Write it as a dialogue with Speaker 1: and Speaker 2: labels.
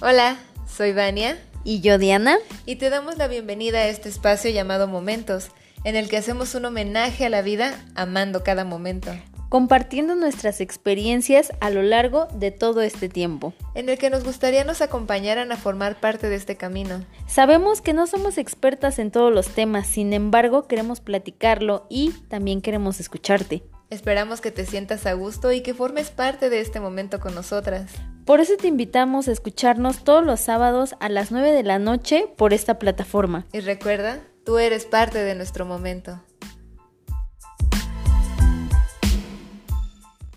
Speaker 1: Hola, soy Vania
Speaker 2: Y yo, Diana.
Speaker 1: y te damos la bienvenida a este espacio llamado Momentos, en el que hacemos un homenaje a la vida amando cada momento,
Speaker 2: Compartiendo nuestras experiencias a lo largo de todo este tiempo.
Speaker 1: en el que nos gustaría nos acompañaran a formar parte de este camino.
Speaker 2: Sabemos que no somos expertas en todos los temas, sin embargo queremos platicarlo y también queremos escucharte.
Speaker 1: Esperamos que te sientas a gusto y que formes parte de este momento con nosotras.
Speaker 2: Por eso te invitamos a escucharnos todos los sábados a las 9 de la noche por esta plataforma.
Speaker 1: Y recuerda, tú eres parte de nuestro momento.